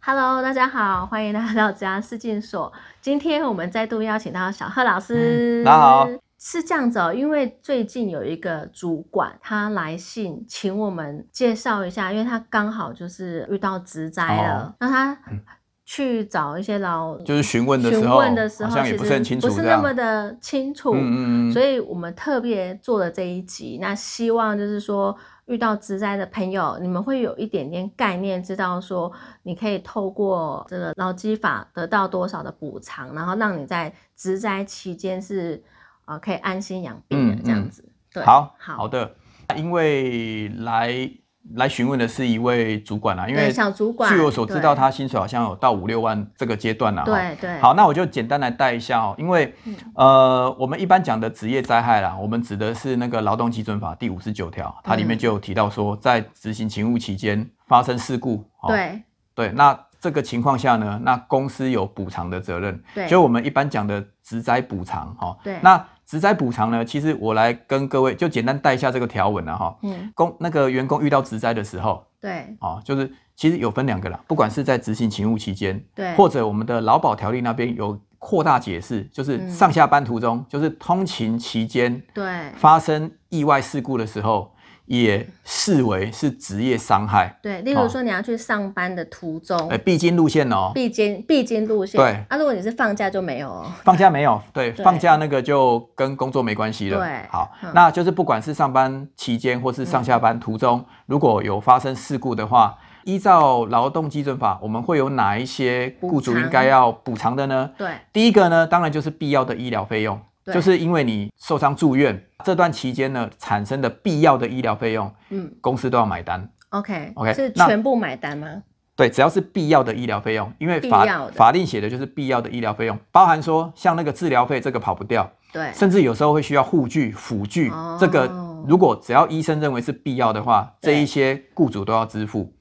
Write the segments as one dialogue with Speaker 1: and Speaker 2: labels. Speaker 1: Hello，大家好，欢迎来到家事件所。今天我们再度邀请到小贺老师。
Speaker 2: 嗯大家好，
Speaker 1: 是这样子哦，因为最近有一个主管他来信，请我们介绍一下，因为他刚好就是遇到职灾了，
Speaker 2: 哦
Speaker 1: 那他
Speaker 2: 嗯
Speaker 1: 去找一些老
Speaker 2: 就是询问的时
Speaker 1: 询
Speaker 2: 候，
Speaker 1: 问的时候，
Speaker 2: 好像也
Speaker 1: 其
Speaker 2: 不
Speaker 1: 实
Speaker 2: 是很清楚，
Speaker 1: 不是
Speaker 2: 这
Speaker 1: 那
Speaker 2: 样。
Speaker 1: 么的清楚。
Speaker 2: 嗯嗯嗯，
Speaker 1: 所以我们特别做了这一集，那希望就是说遇到职灾的朋友，你们会有一点点概念，知道说你可以透过这个劳基法得到多少的补偿，然后让你在职灾期间是呃可以安心养病
Speaker 2: 嗯
Speaker 1: 的
Speaker 2: 嗯
Speaker 1: 这样子。对，
Speaker 2: 好
Speaker 1: 好
Speaker 2: 好的，因为来来询问的是一位主管啊，因
Speaker 1: 对
Speaker 2: 为
Speaker 1: 小主管
Speaker 2: 据我所知道，
Speaker 1: 对
Speaker 2: 他薪水好像有到五六万这个阶段了、啊。
Speaker 1: 对对，
Speaker 2: 好，那我就简单来带一下哦，因为、
Speaker 1: 嗯
Speaker 2: 呃，我们一般讲的职业灾害啦，我们指的是那个《劳动基准法》第五十九条，它里面
Speaker 1: 嗯
Speaker 2: 就有提到说，在执行勤务期间发生事故，哦
Speaker 1: 对
Speaker 2: 对，那这个情况下呢，那公司有补偿的责任，
Speaker 1: 对，
Speaker 2: 就我们一般讲的职灾补偿哈。哦
Speaker 1: 对
Speaker 2: 那职灾补偿呢，其实我来跟各位就简单带一下这个条文了哈。
Speaker 1: 嗯
Speaker 2: 工那个员工遇到职灾的时候，
Speaker 1: 对
Speaker 2: 哦，就是其实有分两个啦，不管是在执行勤务期间，
Speaker 1: 对，
Speaker 2: 或者我们的劳保条例那边有扩大解释，
Speaker 1: 嗯
Speaker 2: 就是上下班途中，就是通勤期间
Speaker 1: 对
Speaker 2: 发生意外事故的时候，也视为是职业伤害，
Speaker 1: 对，例如
Speaker 2: 哦
Speaker 1: 说你要去上班的途中
Speaker 2: 哎，，必经路线哦。
Speaker 1: 必经必经路线，
Speaker 2: 对
Speaker 1: 啊，如果你是放假就没有哦，
Speaker 2: 放假没有，对，
Speaker 1: 对
Speaker 2: 放假那个就跟工作没关系了。
Speaker 1: 对
Speaker 2: 好
Speaker 1: 嗯，
Speaker 2: 那就是不管是上班期间或是上下班途中，
Speaker 1: 嗯
Speaker 2: 如果有发生事故的话，依照劳动基准法，我们会有哪一些雇
Speaker 1: 补
Speaker 2: 主
Speaker 1: 偿
Speaker 2: 应该要补偿的呢？
Speaker 1: 对
Speaker 2: 第一个呢，当然就是必要的医疗费用，
Speaker 1: 对
Speaker 2: 就是因为你受伤住院这段期间呢产生的必要的医疗费用，
Speaker 1: 嗯。
Speaker 2: 公司都要买单。
Speaker 1: OK
Speaker 2: OK，
Speaker 1: 是
Speaker 2: 那
Speaker 1: 全部买单吗？
Speaker 2: 对，只要是必要的医疗费用，因为
Speaker 1: 必要
Speaker 2: 法
Speaker 1: 的
Speaker 2: 法令写的就是必要的医疗费用，包含说像那个治疗费，这个跑不掉。
Speaker 1: 对，
Speaker 2: 甚至有时候会需要护具、辅具，
Speaker 1: 哦
Speaker 2: 这个如果只要医生认为是必要的话，
Speaker 1: 对
Speaker 2: 这一些雇主都要支付。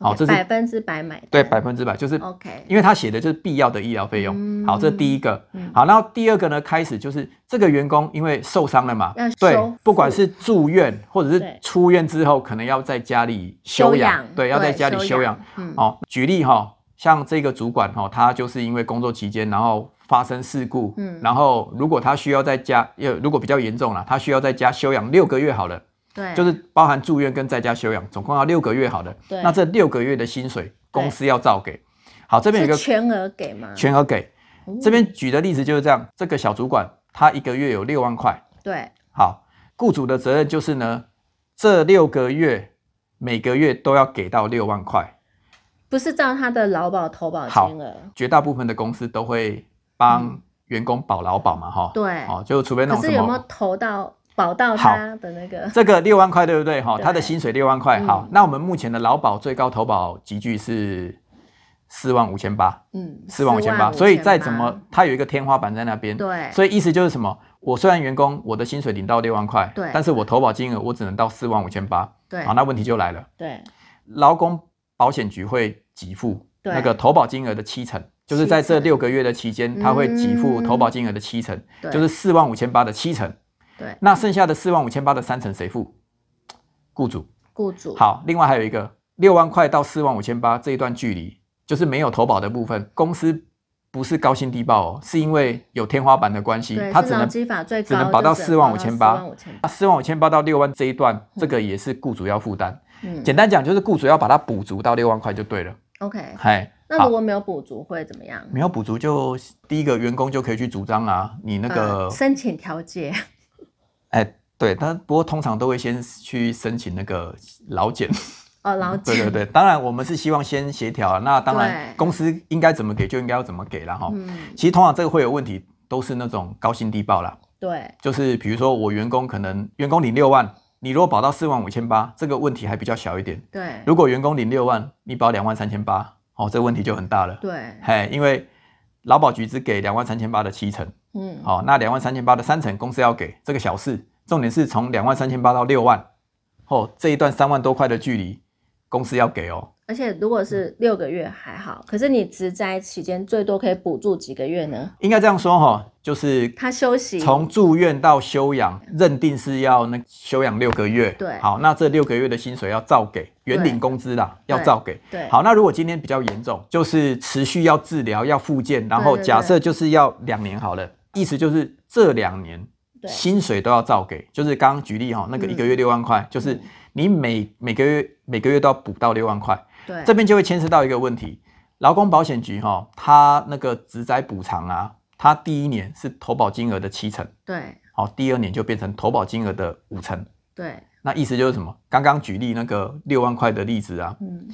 Speaker 2: 好、
Speaker 1: OK，
Speaker 2: 哦这
Speaker 1: 百
Speaker 2: 是
Speaker 1: 分之百买单。
Speaker 2: 对百分之百，就是
Speaker 1: OK，
Speaker 2: 因为他写的就是必要的医疗费用。
Speaker 1: 嗯
Speaker 2: 好，这第一个。
Speaker 1: 嗯
Speaker 2: 好，然后第二个呢，开始就是这个员工因为受伤了嘛
Speaker 1: 哦要，
Speaker 2: 对
Speaker 1: 修复，
Speaker 2: 不管是住院或者
Speaker 1: 对
Speaker 2: 是出院之后，可能要在家里休养，对，要在家里休养。。
Speaker 1: 嗯，
Speaker 2: 哦，举例哈、像这个主管哈、他就是因为工作期间，然后发生事故，
Speaker 1: 嗯
Speaker 2: 然后如果他需要在家，呃，如果比较严重了，他需要在家休养六个月好了，
Speaker 1: 对，
Speaker 2: 就是包含住院跟在家休养，总共要六个月好了。
Speaker 1: 对
Speaker 2: 那这六个月的薪水，公司要照给。好，这边有一
Speaker 1: 是
Speaker 2: 个
Speaker 1: 全额给吗？
Speaker 2: 全额给。
Speaker 1: 哦
Speaker 2: 这边举的例子就是这样，这个小主管他一个月有六万块，
Speaker 1: 对
Speaker 2: 好，雇主的责任就是呢，这六个月每个月都要给到六万块。
Speaker 1: 不是照他的劳保投保
Speaker 2: 好
Speaker 1: 金额，
Speaker 2: 绝大部分的公司都会帮
Speaker 1: 嗯
Speaker 2: 员工保劳保嘛，哈、
Speaker 1: 对
Speaker 2: 哦，就除非那
Speaker 1: 可
Speaker 2: 种什
Speaker 1: 是有没有
Speaker 2: 么，
Speaker 1: 投到保到他的那个？
Speaker 2: 这个六万块，对不对？哈，
Speaker 1: 对
Speaker 2: 他的薪水六万块，
Speaker 1: 嗯
Speaker 2: 好，那我们目前的劳保最高投保集聚是四万五千八，
Speaker 1: 嗯，
Speaker 2: 四万五千八，所以再怎么，它有一个天花板在那边，
Speaker 1: 对，
Speaker 2: 所以意思就是什么？我虽然员工我的薪水领到六万块，
Speaker 1: 对
Speaker 2: 但是我投保金额我只能到四万五千八，
Speaker 1: 对
Speaker 2: 好，那问题就来了，
Speaker 1: 对
Speaker 2: 劳工保险局会给付
Speaker 1: 对
Speaker 2: 那个投保金额的七成，就是在
Speaker 1: 七
Speaker 2: 这
Speaker 1: 成
Speaker 2: 六个月的期间，他会给付
Speaker 1: 嗯
Speaker 2: 投保金额的七成，
Speaker 1: 对，
Speaker 2: 就是四万五千八的七成。
Speaker 1: 对
Speaker 2: 那剩下的四万五千八的三成谁付？雇主。
Speaker 1: 雇主，
Speaker 2: 好，另外还有一个六万块到四万五千八这一段距离，就是没有投保的部分，公司不是高薪低报哦，是因为有天花板的关系
Speaker 1: 对，，
Speaker 2: 它
Speaker 1: 是
Speaker 2: 只
Speaker 1: 劳
Speaker 2: 能
Speaker 1: 基法最高
Speaker 2: 只能保到
Speaker 1: 就啊
Speaker 2: 45,800
Speaker 1: 保到45,800
Speaker 2: 四万五千八到六万这一段，这个也是雇主要负担。
Speaker 1: 嗯
Speaker 2: 简单讲就是雇主要把它补足到六万块就对了。
Speaker 1: ，OK。
Speaker 2: 嗨，
Speaker 1: 那
Speaker 2: 好
Speaker 1: 如果没有补足会怎么样？
Speaker 2: 没有补足就第一个员工就可以去主张啊，你那个
Speaker 1: 呃申请调解，
Speaker 2: 哎、对，但不过通常都会先去申请那个劳 检，
Speaker 1: 哦，劳检，
Speaker 2: 对对对，当然我们是希望先协调啊，那当然
Speaker 1: 对
Speaker 2: 公司应该怎么给就应该要怎么给啦。哈、
Speaker 1: 嗯，
Speaker 2: 其实通常这个会有问题，都是那种高薪低报啦，
Speaker 1: 对
Speaker 2: 就是比如说我员工可能员工领六万，你如果保到四万五千八，这个问题还比较小一点，
Speaker 1: 对
Speaker 2: 如果员工领六万，你保两万三千八，哦，这个问题就很大了，
Speaker 1: 对，
Speaker 2: 嘿，因为劳保局只给两万三千八的七成。
Speaker 1: 嗯，
Speaker 2: 好、那两万三千八的三成公司要给这个小事，重点是从两万三千八到六万，哦，这一段三万多块的距离，公司要给哦。
Speaker 1: 而且如果是六个月还好，可是你职灾期间最多可以补助几个月呢？
Speaker 2: 应该这样说哈，就是
Speaker 1: 他休息
Speaker 2: 从住院到休养，认定是要那休养六个月。
Speaker 1: 对
Speaker 2: 好，那这六个月的薪水要照给，原领
Speaker 1: 对
Speaker 2: 工资啦，要
Speaker 1: 对
Speaker 2: 照给。
Speaker 1: 对
Speaker 2: 好，那如果今天比较严重，就是持续要治疗、要复健，然后
Speaker 1: 对对
Speaker 2: 假设就是要两年好了，意思就是这两年
Speaker 1: 对
Speaker 2: 薪水都要照给，就是刚刚举例哈、那个一个月六万
Speaker 1: 嗯
Speaker 2: 块，就是你每每个月每个月都要补到六万块，
Speaker 1: 对
Speaker 2: 这边就会牵涉到一个问题，劳工保险局哈、它那个职灾补偿啊，它第一年是投保金额的七成，
Speaker 1: 对
Speaker 2: 好、第二年就变成投保金额的五成。
Speaker 1: 对，
Speaker 2: 那意思就是什么？刚刚举例那个六万块的例子啊，
Speaker 1: 嗯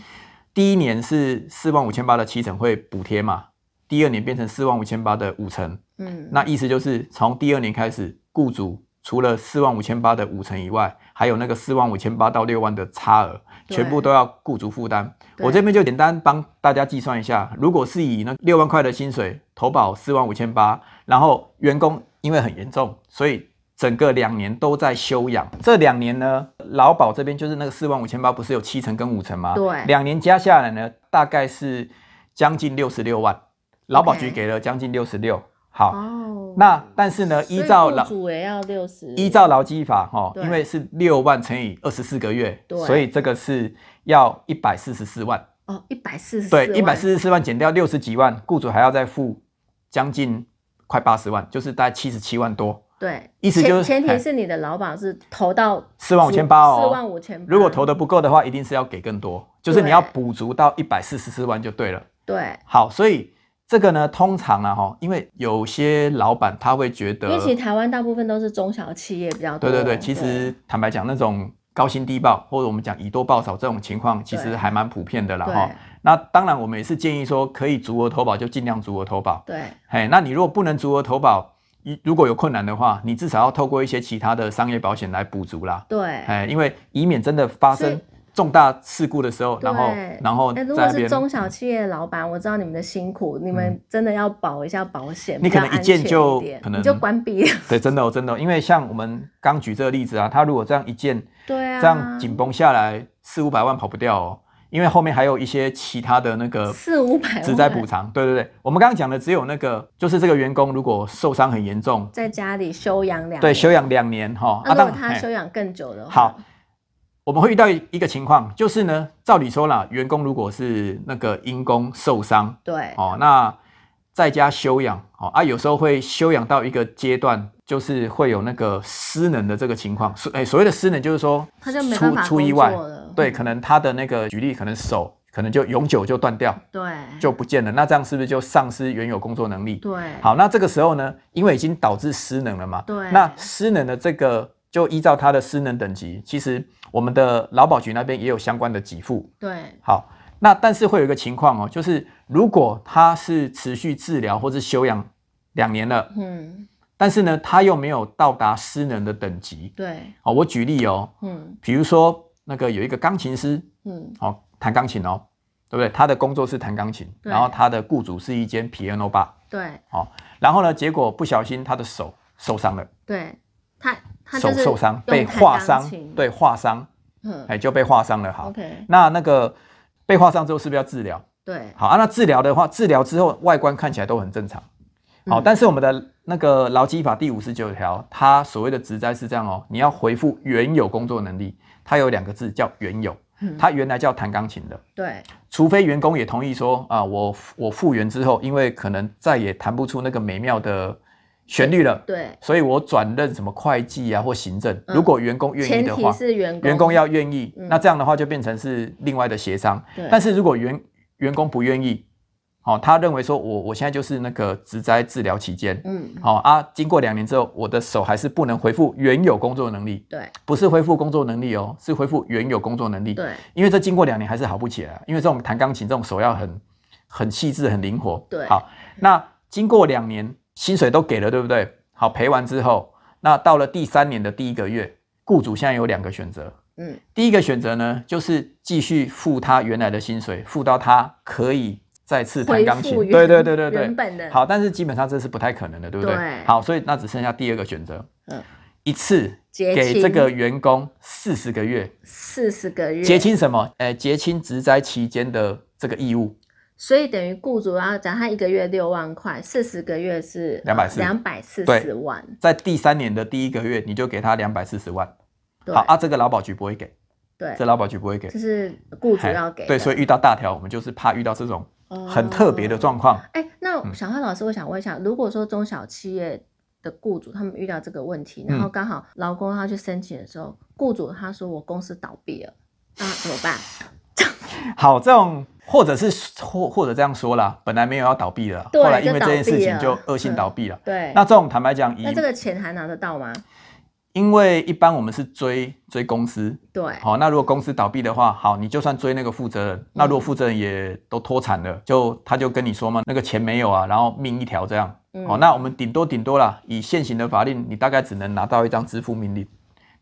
Speaker 2: 第一年是四万五千八的七成会补贴嘛，第二年变成四万五千八的五成，
Speaker 1: 嗯，
Speaker 2: 那意思就是从第二年开始，雇主除了四万五千八的五成以外，还有那个四万五千八到六万的差额，
Speaker 1: 对
Speaker 2: 全部都要雇主负担。
Speaker 1: 对
Speaker 2: 我这边就简单帮大家计算一下，如果是以那六万块的薪水投保四万五千八，然后员工因为很严重，所以整个两年都在休养。这两年呢，劳保这边就是那个四万五千八，不是有七成跟五成吗？
Speaker 1: 对
Speaker 2: 两年加下来呢，大概是将近六十六万，劳保局
Speaker 1: OK
Speaker 2: 给了将近六十六。好，
Speaker 1: 哦，
Speaker 2: 那但是呢，
Speaker 1: 所以
Speaker 2: 依照
Speaker 1: 雇
Speaker 2: 劳
Speaker 1: 主也要六十，
Speaker 2: 依照劳基法哈、
Speaker 1: 对
Speaker 2: 因为是六万乘以二十四个月，
Speaker 1: 对
Speaker 2: 所以这个是要一百四十四万，
Speaker 1: 哦一百四十
Speaker 2: 对，一百四十四万减掉六十几万，雇主还要再付将近快八十万，就是大概七十七万多，
Speaker 1: 对，
Speaker 2: 意思
Speaker 1: 前
Speaker 2: 就是
Speaker 1: 前
Speaker 2: 哎
Speaker 1: 提是你的劳保是投到
Speaker 2: 四万五千八哦，
Speaker 1: 四万五千八，
Speaker 2: 如果投的不够的话，一定是要给更多，就是你
Speaker 1: 对
Speaker 2: 要补足到一百四十四万就对了。
Speaker 1: 对，
Speaker 2: 好，所以这个呢，通常呢、哈，因为有些老板他会觉得，
Speaker 1: 因为其实台湾大部分都是中小企业比较多，
Speaker 2: 对对对，其实坦白讲，那种高薪低报，或者我们讲以多报少这种情况，其实
Speaker 1: 对
Speaker 2: 还蛮普遍的啦
Speaker 1: 对
Speaker 2: 哈。那当然，我们也是建议说，可以足额投保就尽量足额投保。
Speaker 1: 对
Speaker 2: 嘿，那你如果不能足额投保，一如果有困难的话，你至少要透过一些其他的商业保险来补足啦。
Speaker 1: 对。
Speaker 2: 哎，因为以免真的发
Speaker 1: 所以
Speaker 2: 生重大事故的时候，然后
Speaker 1: 对
Speaker 2: 然后
Speaker 1: 哎，
Speaker 2: 在
Speaker 1: 如果
Speaker 2: 那
Speaker 1: 是
Speaker 2: 边，嗯
Speaker 1: 中小企业的老板，我知道你们的辛苦，你们真的要保一下保险，
Speaker 2: 你
Speaker 1: 比较
Speaker 2: 可能一
Speaker 1: 安
Speaker 2: 件
Speaker 1: 全
Speaker 2: 就
Speaker 1: 点
Speaker 2: 可能
Speaker 1: 你就关闭了，
Speaker 2: 对，真的哦真的哦，因为像我们刚举这个例子啊，他如果这样一件
Speaker 1: 对啊，
Speaker 2: 这样紧绷下来，四五百万跑不掉哦，因为后面还有一些其他的那个
Speaker 1: 四五百万，
Speaker 2: 呃只在补偿。对对对，我们刚刚讲的只有那个，就是这个员工如果受伤很严重，
Speaker 1: 在家里休养两
Speaker 2: 对，
Speaker 1: 年
Speaker 2: 休养两年哈。啊
Speaker 1: 那如
Speaker 2: 当
Speaker 1: 果他
Speaker 2: 嘿
Speaker 1: 休养更久的话，
Speaker 2: 好，我们会遇到一个情况，就是呢，照理说啦，员工如果是那个因公受伤
Speaker 1: 对
Speaker 2: 哦，那在家休养哦啊，有时候会休养到一个阶段。就是会有那个失能的这个情况，所哎所谓的失能就是说
Speaker 1: 他就没办法
Speaker 2: 出出意
Speaker 1: 工
Speaker 2: 外
Speaker 1: 作，了，
Speaker 2: 对，可能他的那个举例，可能手可能就永久就断掉，
Speaker 1: 对
Speaker 2: 就不见了。那这样是不是就丧失原有工作能力？
Speaker 1: 对
Speaker 2: 好，那这个时候呢，因为已经导致失能了嘛，
Speaker 1: 对
Speaker 2: 那失能的这个就依照他的失能等级，其实我们的劳保局那边也有相关的给付。
Speaker 1: 对
Speaker 2: 好，那但是会有一个情况哦，就是如果他是持续治疗或是休养两年了，
Speaker 1: 嗯
Speaker 2: 但是呢，他又没有到达失能的等级
Speaker 1: 对
Speaker 2: 哦。我举例哦，
Speaker 1: 嗯
Speaker 2: 比如说那个有一个钢琴师，
Speaker 1: 嗯
Speaker 2: 哦，弹钢琴哦，对不对？他的工作是弹钢琴，
Speaker 1: 对
Speaker 2: 然后他的雇主是一间 piano bar，
Speaker 1: 对
Speaker 2: 哦，然后呢，结果不小心他的手受伤了，
Speaker 1: 对，他他
Speaker 2: 手
Speaker 1: 就是
Speaker 2: 受伤
Speaker 1: 用
Speaker 2: 被
Speaker 1: 弹
Speaker 2: 划
Speaker 1: 钢
Speaker 2: 伤
Speaker 1: 琴，
Speaker 2: 对，划伤，
Speaker 1: 嗯
Speaker 2: 哎，就被划伤了。好，
Speaker 1: OK
Speaker 2: 那那个被划伤之后是不是要治疗？
Speaker 1: 对
Speaker 2: 好啊，那治疗的话，治疗之后外观看起来都很正常。好、
Speaker 1: 嗯
Speaker 2: 但是我们的那个劳基法第五十九条，它所谓的职灾是这样哦，你要回复原有工作能力，它有两个字叫原有
Speaker 1: 嗯，
Speaker 2: 它原来叫弹钢琴的，
Speaker 1: 对
Speaker 2: 除非员工也同意说啊，我我复原之后，因为可能再也弹不出那个美妙的旋律了，
Speaker 1: 对，
Speaker 2: 所以我转任什么会计啊或行政。
Speaker 1: 嗯
Speaker 2: 如果员工愿
Speaker 1: 前
Speaker 2: 意的
Speaker 1: 提
Speaker 2: 话，
Speaker 1: 是员工
Speaker 2: 员工要愿意，
Speaker 1: 嗯
Speaker 2: 那这样的话就变成是另外的协商。
Speaker 1: 对
Speaker 2: 但是如果员员工不愿意，哦，他认为说我我现在就是那个职灾治疗期间，
Speaker 1: 嗯
Speaker 2: 好、啊，经过两年之后，我的手还是不能恢复原有工作能力，
Speaker 1: 对
Speaker 2: 不是恢复工作能力哦，是恢复原有工作能力。
Speaker 1: 对
Speaker 2: 因为这经过两年还是好不起来啊，因为这种弹钢琴这种手要很很细致、很灵活。
Speaker 1: 对
Speaker 2: 好，那经过两年，薪水都给了，对不对？好，赔完之后，那到了第三年的第一个月，雇主现在有两个选择。
Speaker 1: 嗯
Speaker 2: 第一个选择呢，就是继续付他原来的薪水，付到他可以再次弹
Speaker 1: 恢
Speaker 2: 钢琴
Speaker 1: 复。原
Speaker 2: 对对对对对
Speaker 1: 原，本的
Speaker 2: 好，但是基本上这是不太可能的，对不对？
Speaker 1: 对
Speaker 2: 好，所以那只剩下第二个选择，
Speaker 1: 嗯
Speaker 2: 一次
Speaker 1: 结
Speaker 2: 给
Speaker 1: 清
Speaker 2: 这个员工四十个月，
Speaker 1: 四十个月
Speaker 2: 结，清什么？呃，结清职灾期间的这个义务，
Speaker 1: 所以等于雇主要讲他一个月六万块，四十个月是
Speaker 2: 240
Speaker 1: 两百四
Speaker 2: 对
Speaker 1: 十万，
Speaker 2: 在第三年的第一个月你就给他两百四十万。
Speaker 1: 对
Speaker 2: 好啊，这个劳保局不会给，
Speaker 1: 对
Speaker 2: 这，劳保局不会给
Speaker 1: 这，是雇主
Speaker 2: 嘿
Speaker 1: 要给
Speaker 2: 对，所
Speaker 1: 以
Speaker 2: 以遇到大条，我们就是怕遇到这种很特别的嗯状况。
Speaker 1: 哎，那小汉老师，我想问一下，如果说中小企业的雇主他们遇到这个问题，然
Speaker 2: 嗯
Speaker 1: 后刚好劳工他去申请的时候，雇主他说我公司倒闭了，那怎么办？嗯
Speaker 2: 好，这种或者是或或者这样说啦，本来没有要倒闭了，
Speaker 1: 对
Speaker 2: 后来因
Speaker 1: 就
Speaker 2: 为这件事情
Speaker 1: 倒闭
Speaker 2: 就
Speaker 1: 了
Speaker 2: 恶性倒闭了。
Speaker 1: 对，
Speaker 2: 那这种坦白讲，以
Speaker 1: 那这个钱还拿得到吗？
Speaker 2: 因为一般我们是追追公司，
Speaker 1: 对，
Speaker 2: 好，那如果公司倒闭的话，好，你就算追那个负责人，那
Speaker 1: 嗯
Speaker 2: 如果负责人也都脱产了，就他就跟你说嘛，那个钱没有啊，然后命一条这样。
Speaker 1: 嗯
Speaker 2: 好，那我们顶多顶多啦，以现行的法令，你大概只能拿到一张支付命令，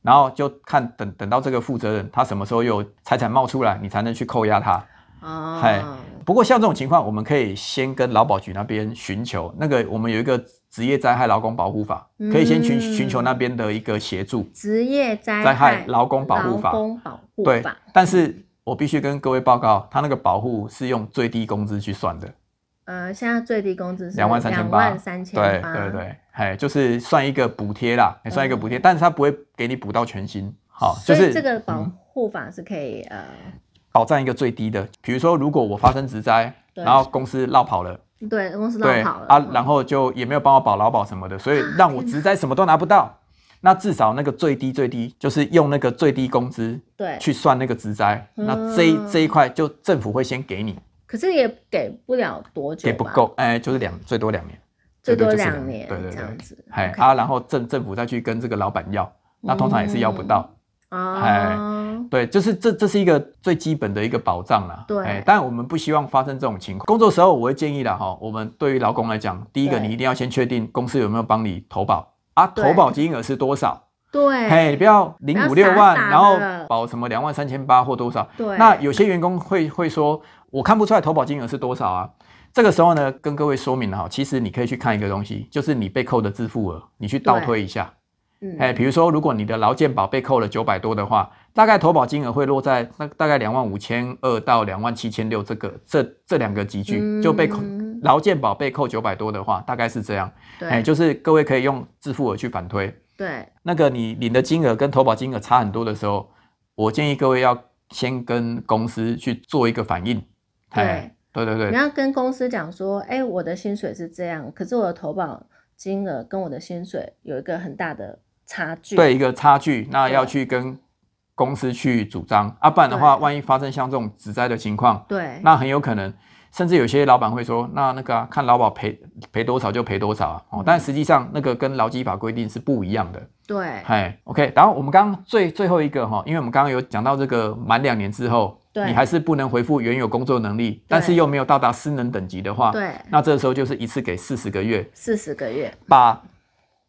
Speaker 2: 然后就看等等到这个负责人他什么时候有财产冒出来，你才能去扣押他。嗨
Speaker 1: 哦，
Speaker 2: 不过像这种情况，我们可以先跟劳保局那边寻求那个，我们有一个职业灾害劳工保护法，可以先寻
Speaker 1: 嗯
Speaker 2: 寻求那边的一个协助。
Speaker 1: 职业灾
Speaker 2: 灾害劳工保护法
Speaker 1: 劳工保护
Speaker 2: 对
Speaker 1: 法，，
Speaker 2: 但是我必须跟各位报告，他那个保护是用最低工资去算的，
Speaker 1: 呃，现在最低工资是
Speaker 2: 23,800
Speaker 1: 23,800
Speaker 2: 对对对，哎，就是算一个补贴啦，哎算一个补贴，但是他不会给你补到全薪，好，哦就
Speaker 1: 嗯哦所
Speaker 2: 是
Speaker 1: 以这个保
Speaker 2: 嗯
Speaker 1: 护法是可以呃，
Speaker 2: 保障一个最低的。比如说，如果我发生职灾，
Speaker 1: 对
Speaker 2: 然后公司落跑了。
Speaker 1: 对公司
Speaker 2: 对
Speaker 1: 弄好了嗯
Speaker 2: 啊，然后就也没有帮我保劳保什么的，所以让我职灾什么都拿不到。那至少那个最低最低，就是用那个最低工资
Speaker 1: 对，嗯
Speaker 2: 去算那个职灾。那这一这一块就政府会先给你，
Speaker 1: 可是也给不了多久，
Speaker 2: 给不，够，哎，就是两最多两年，
Speaker 1: 最多
Speaker 2: 就是
Speaker 1: 两年
Speaker 2: 对对
Speaker 1: 这
Speaker 2: 对
Speaker 1: 样，子，
Speaker 2: 哎
Speaker 1: OK
Speaker 2: 啊，然后政政府再去跟这个老板要，那通常也是要不
Speaker 1: 嗯
Speaker 2: 到。哎
Speaker 1: 哦，
Speaker 2: 对，就是这这是一个最基本的一个保障啦。
Speaker 1: 对
Speaker 2: 哎，但我们不希望发生这种情况。工作时候我会建议啦，哈，我们对于劳工来讲，第一个
Speaker 1: 对
Speaker 2: 你一定要先确定公司有没有帮你投保啊，
Speaker 1: 对
Speaker 2: 投保金额是多少？
Speaker 1: 对
Speaker 2: 嘿，你不要零五六万，
Speaker 1: 傻傻
Speaker 2: 然后
Speaker 1: 的
Speaker 2: 保什么两万三千八或多少？
Speaker 1: 对，
Speaker 2: 那有些员工会会说，我看不出来投保金额是多少啊。这个时候呢，跟各位说明了哈，其实你可以去看一个东西，就是你被扣的自付额，你去倒
Speaker 1: 对
Speaker 2: 推一下。
Speaker 1: 嗯
Speaker 2: 哎，比如说，如果你的劳健保被扣了九百多的话，大概投保金额会落在那大概两万五千二到两万七千六这个这这两个集聚、就被扣。
Speaker 1: 嗯
Speaker 2: 劳健保被扣九百多的话，大概是这样。
Speaker 1: 对
Speaker 2: 哎，就是各位可以用自付额去反推，
Speaker 1: 对
Speaker 2: 那个你领的金额跟投保金额差很多的时候，我建议各位要先跟公司去做一个反应。哎，对对
Speaker 1: 你
Speaker 2: 对，
Speaker 1: 要跟公司讲说，哎、我的薪水是这样，可是我的投保金额跟我的薪水有一个很大的差距。
Speaker 2: 对一个差距，那
Speaker 1: 对
Speaker 2: 要去跟公司去主张啊，不然的话，
Speaker 1: 对
Speaker 2: 万一发生像这种职灾的情况。
Speaker 1: 对
Speaker 2: 那很有可能，甚至有些老板会说，那那个、啊、看劳保赔赔多少就赔多少啊，
Speaker 1: 嗯
Speaker 2: 哦，但实际上那个跟劳基法规定是不一样的。
Speaker 1: 对
Speaker 2: 哎，OK，然后我们刚刚最最后一个哈，因为我们刚刚有讲到这个满两年之后，
Speaker 1: 对
Speaker 2: 你还是不能回复原有工作能力，但是又没有到达失能等级的话，
Speaker 1: 对，
Speaker 2: 那这时候就是一次给四十个月，
Speaker 1: 四十个月，
Speaker 2: 把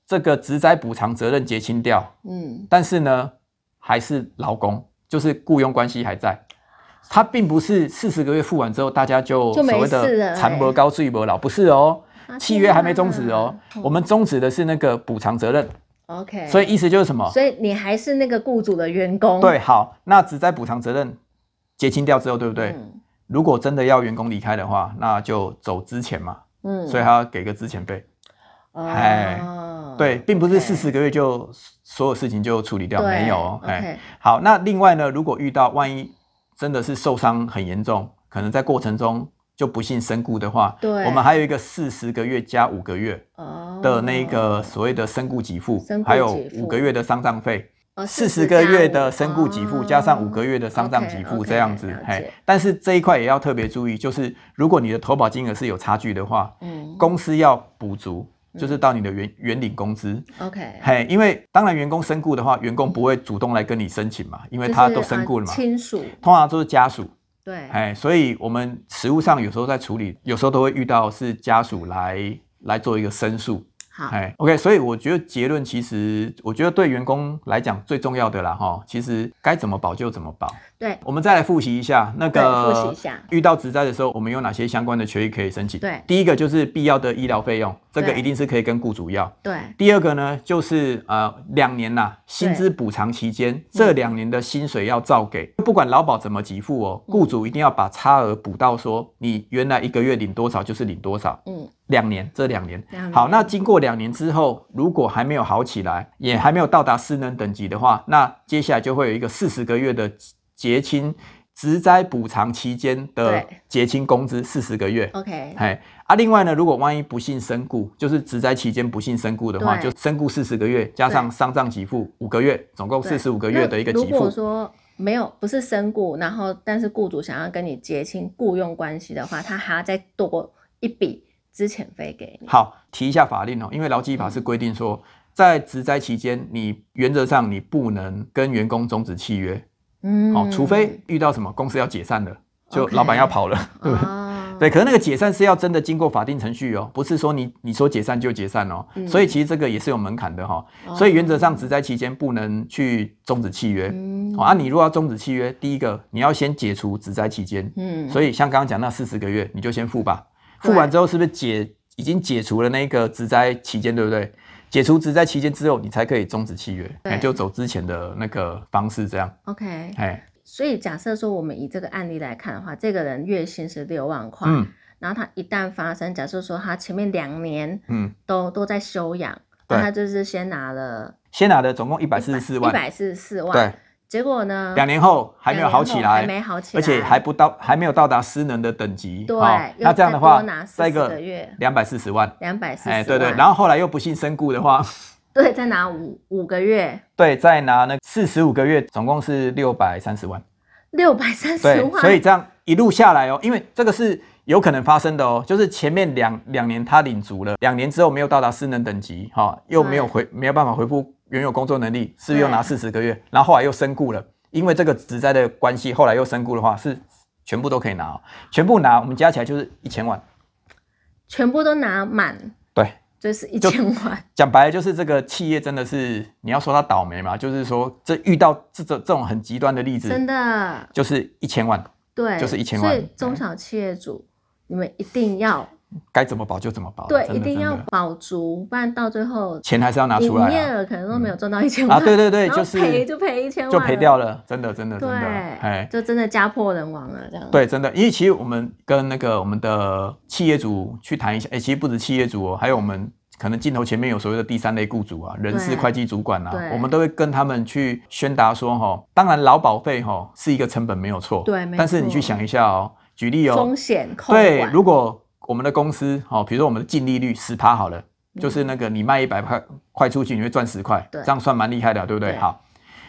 Speaker 2: 这个职灾补偿责任结清掉，
Speaker 1: 嗯，
Speaker 2: 但是呢，还是劳工，就是雇佣关系还在。他并不是四十个月付完之后，大家就
Speaker 1: 就没
Speaker 2: 所谓
Speaker 1: 事了欸
Speaker 2: 的残薄高罪薄老，不是哦，
Speaker 1: 啊
Speaker 2: 契约还没终止哦。
Speaker 1: 天哪
Speaker 2: 我们终止的是那个补偿责任，
Speaker 1: 啊 OK，哦
Speaker 2: 所以意思就是什么？
Speaker 1: 所以你还是那个雇主的员工，
Speaker 2: 对，好，那只在补偿责任结清掉之后，对不对？
Speaker 1: 嗯
Speaker 2: 如果真的要员工离开的话，那就走之前嘛，
Speaker 1: 嗯，
Speaker 2: 所以他要给个之前费。哎
Speaker 1: 哦
Speaker 2: 对，并不是
Speaker 1: OK
Speaker 2: 四十个月就所有事情就处理掉，
Speaker 1: 对
Speaker 2: 没有哦，哎。
Speaker 1: ，OK，
Speaker 2: 好，那另外呢，如果遇到万一真的是受伤很严重，可能在过程中就不幸身故的话，
Speaker 1: 对
Speaker 2: 我们还有一个四十个月加五个月
Speaker 1: 哦
Speaker 2: 的那个所谓的身故给付，
Speaker 1: 身故
Speaker 2: 还有
Speaker 1: 给付
Speaker 2: 五个月的丧葬费，
Speaker 1: 哦
Speaker 2: 四十
Speaker 1: 40
Speaker 2: 个
Speaker 1: 加
Speaker 2: 月
Speaker 1: 五
Speaker 2: 的身故给付、加上五个月的丧葬给付
Speaker 1: 哦 OK，OK，
Speaker 2: 这样子
Speaker 1: 了，
Speaker 2: 嘿
Speaker 1: 解，
Speaker 2: 但是这一块也要特别注意，就是如果你的投保金额是有差距的话，
Speaker 1: 嗯
Speaker 2: 公司要补足，就是到你的原原领工资，
Speaker 1: ，OK，
Speaker 2: 嘿，因为当然员工身故的话，员工不会主动来跟你申请嘛， 因为他都身故了
Speaker 1: 就是
Speaker 2: 嘛
Speaker 1: 呃，亲属
Speaker 2: 通常都是家属，
Speaker 1: 对，
Speaker 2: 哎，所以我们实务上有时候在处理，有时候都会遇到是家属来来做一个申诉，
Speaker 1: 好，
Speaker 2: 哎，OK，所以我觉得结论其实，我觉得对员工来讲最重要的啦，哈，其实该怎么保就怎么保。
Speaker 1: 对
Speaker 2: 我们再来复习一下那
Speaker 1: 对
Speaker 2: 个，
Speaker 1: 复习一下
Speaker 2: 遇到职灾的时候，我们有哪些相关的权益可以申请？
Speaker 1: 对
Speaker 2: 第一个就是必要的医疗费用，这个
Speaker 1: 对
Speaker 2: 一定是可以跟雇主要。
Speaker 1: 对
Speaker 2: 第二个呢，就是呃两年呐、薪资补偿期间，
Speaker 1: 嗯
Speaker 2: 这两年的薪水要照给，不管劳保怎么给付
Speaker 1: 嗯
Speaker 2: 哦，雇主一定要把差额补到说你原来一个月领多少就是领多少，
Speaker 1: 嗯，
Speaker 2: 两年这两年。
Speaker 1: 两年
Speaker 2: 好，那经过两年之后，如果还没有好起来，也还没有到达失能等级的话，那接下来就会有一个四十个月的结清职灾补偿期间的
Speaker 1: 对
Speaker 2: 结清工资四十个月。
Speaker 1: OK
Speaker 2: 哎，啊，另外呢，如果万一不幸身故，就是职灾期间不幸身故的话，
Speaker 1: 对
Speaker 2: 就身故四十个月，加上
Speaker 1: 对
Speaker 2: 丧葬给付五个月，总共
Speaker 1: 对
Speaker 2: 四十五个月的一个
Speaker 1: 那
Speaker 2: 给
Speaker 1: 如果
Speaker 2: 付。
Speaker 1: 说没有不是身故，然后但是雇主想要跟你结清雇佣关系的话，他还要再多一笔资遣费给你。
Speaker 2: 好，提一下法令哦，因为劳基法
Speaker 1: 嗯
Speaker 2: 是规定说，在职灾期间，你原则上你不能跟员工终止契约，
Speaker 1: 嗯
Speaker 2: 哦，除非遇到什么公司要解散了，就
Speaker 1: OK
Speaker 2: 老板要跑了，对不对？
Speaker 1: 哦，
Speaker 2: 对，可是那个解散是要真的经过法定程序哦，不是说你你说解散就解散哦，
Speaker 1: 嗯
Speaker 2: 所以其实这个也是有门槛的哈、
Speaker 1: 哦
Speaker 2: 所以原则上职灾期间不能去终止契约。
Speaker 1: 嗯
Speaker 2: 哦，啊，你如果要终止契约，第一个你要先解除职灾期间，
Speaker 1: 嗯，
Speaker 2: 所以像刚刚讲那四十个月，你就先付吧。
Speaker 1: 对
Speaker 2: 付完之后是不是解已经解除了那个职灾期间，对不对？解除职灾期间之后，你才可以终止契约，
Speaker 1: 对
Speaker 2: 哎，就走之前的那个方式这样，
Speaker 1: OK，
Speaker 2: 哎，
Speaker 1: 所以假设说我们以这个案例来看的话，这个人月薪是六万块，
Speaker 2: 嗯
Speaker 1: 然后他一旦发生，假设说他前面两年
Speaker 2: 嗯，
Speaker 1: 都都在休养，
Speaker 2: 对
Speaker 1: 那他就是先拿了
Speaker 2: 先拿的总共一百四十四
Speaker 1: 一
Speaker 2: 万，
Speaker 1: 百四十四万，
Speaker 2: 对，，
Speaker 1: 结果呢，
Speaker 2: 两年后还没有好
Speaker 1: 两
Speaker 2: 起
Speaker 1: 年后还
Speaker 2: 来，
Speaker 1: 没好起来，
Speaker 2: 而且还不到还没有到达失能的等级，
Speaker 1: 对，
Speaker 2: 好
Speaker 1: 又
Speaker 2: 那这样
Speaker 1: 再
Speaker 2: 的话
Speaker 1: 多拿，四
Speaker 2: 再一
Speaker 1: 十
Speaker 2: 个
Speaker 1: 个月，
Speaker 2: 两百四十万，
Speaker 1: 两百四十
Speaker 2: 哎，
Speaker 1: 万，
Speaker 2: 对对，然后后来又不幸身故的话，
Speaker 1: 对，再拿五五个月，
Speaker 2: 对，再拿那四十五个月，总共是六百三十万。
Speaker 1: 六百三十
Speaker 2: 对，
Speaker 1: 万，
Speaker 2: 所以这样一路下来哦，因为这个是有可能发生的哦，就是前面两两年他领足了，两年之后没有到达失能等级，哈、又没有
Speaker 1: 对
Speaker 2: 回没有办法恢复原有工作能力，是不是又拿
Speaker 1: 对
Speaker 2: 四十个月，然后后来又身故了，因为这个职灾的关系，后来又身故的话是全部都可以拿、哦，全部拿我们加起来就是一千万，
Speaker 1: 全部都拿满，
Speaker 2: 对。
Speaker 1: 就是一
Speaker 2: 就
Speaker 1: 千万，
Speaker 2: 讲白了，就是这个企业真的是，你要说它倒霉嘛，就是说这遇到这这这种很极端的例
Speaker 1: 真
Speaker 2: 子，
Speaker 1: 的，
Speaker 2: 就是一千万，
Speaker 1: 对，
Speaker 2: 就是1000
Speaker 1: 所以
Speaker 2: 万哎
Speaker 1: 中小企业主，你们一定要
Speaker 2: 该怎么保就怎么保，啊
Speaker 1: 对，
Speaker 2: 哦真
Speaker 1: 一
Speaker 2: 的
Speaker 1: 定
Speaker 2: 真
Speaker 1: 要
Speaker 2: 的
Speaker 1: 保足，不然到最后
Speaker 2: 钱还是要拿
Speaker 1: 营
Speaker 2: 出来、啊。
Speaker 1: 业额可能都没有赚到一千
Speaker 2: 啊，
Speaker 1: 万，
Speaker 2: 对对对，
Speaker 1: 然后
Speaker 2: 就是
Speaker 1: 赔就赔一千万，啊
Speaker 2: 就赔掉了，真的真的真的，
Speaker 1: 对
Speaker 2: 哎，，
Speaker 1: 就真的家破人亡了这样。，
Speaker 2: 对，真的，因为其实我们跟那个我们的企业主去谈一下，哎，其实不止企业主哦，还有我们可能镜头前面有所谓的第三类雇主啊，人事
Speaker 1: 对
Speaker 2: 会计主管啊
Speaker 1: 对，
Speaker 2: 我们都会跟他们去宣达说，哈，当然劳保费哈是一个成本没有错，
Speaker 1: 对没
Speaker 2: 但是你去
Speaker 1: 错
Speaker 2: 想一下哦，举例哦，
Speaker 1: 风险控
Speaker 2: 对，
Speaker 1: 管，
Speaker 2: 如果我们的公司哦，比如说我们的净利率十趴好了，就是那个你卖一百块块出去，你会赚十块，
Speaker 1: 嗯对
Speaker 2: 这样算蛮厉害的，对不对？
Speaker 1: 对嗯
Speaker 2: 好，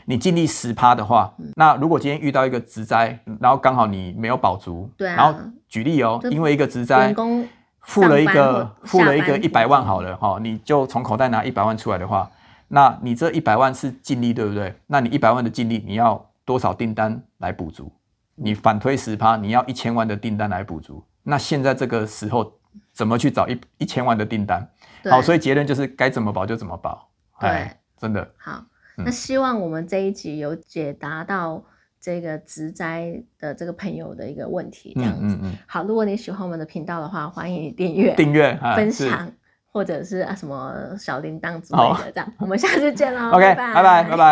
Speaker 2: 你净利十趴的话，那如果今天遇到一个职灾，然后刚好你没有保足，
Speaker 1: 对啊
Speaker 2: 然后举例哦
Speaker 1: 就，
Speaker 2: 因为一个职
Speaker 1: 员
Speaker 2: 灾。
Speaker 1: 工
Speaker 2: 付了一
Speaker 1: 上班
Speaker 2: 个
Speaker 1: 或
Speaker 2: 付了一
Speaker 1: 下
Speaker 2: 个
Speaker 1: 班
Speaker 2: 一百万好了哈、哦，你就从口袋拿一百万出来的话，那你这一百万是净利对不对？那你一百万的净利你要多少订单来补足？你反推十趴，你要一千万的订单来补足。那现在这个时候怎么去找一一千万的订单？
Speaker 1: 对
Speaker 2: 好，所以结论就是该怎么保就怎么保。
Speaker 1: 对
Speaker 2: 哎，真的
Speaker 1: 好，
Speaker 2: 嗯
Speaker 1: 那希望我们这一集有解答到这个植栽的这个朋友的一个问题，这样
Speaker 2: 嗯
Speaker 1: 子。
Speaker 2: 嗯嗯，
Speaker 1: 好，如果你喜欢我们的频道的话，欢迎你订阅、
Speaker 2: 订阅、哎
Speaker 1: 分
Speaker 2: 是
Speaker 1: 享，或者是啊什么小铃铛之
Speaker 2: 好
Speaker 1: 类的，这样。我们下次见喽
Speaker 2: OK，拜拜拜拜。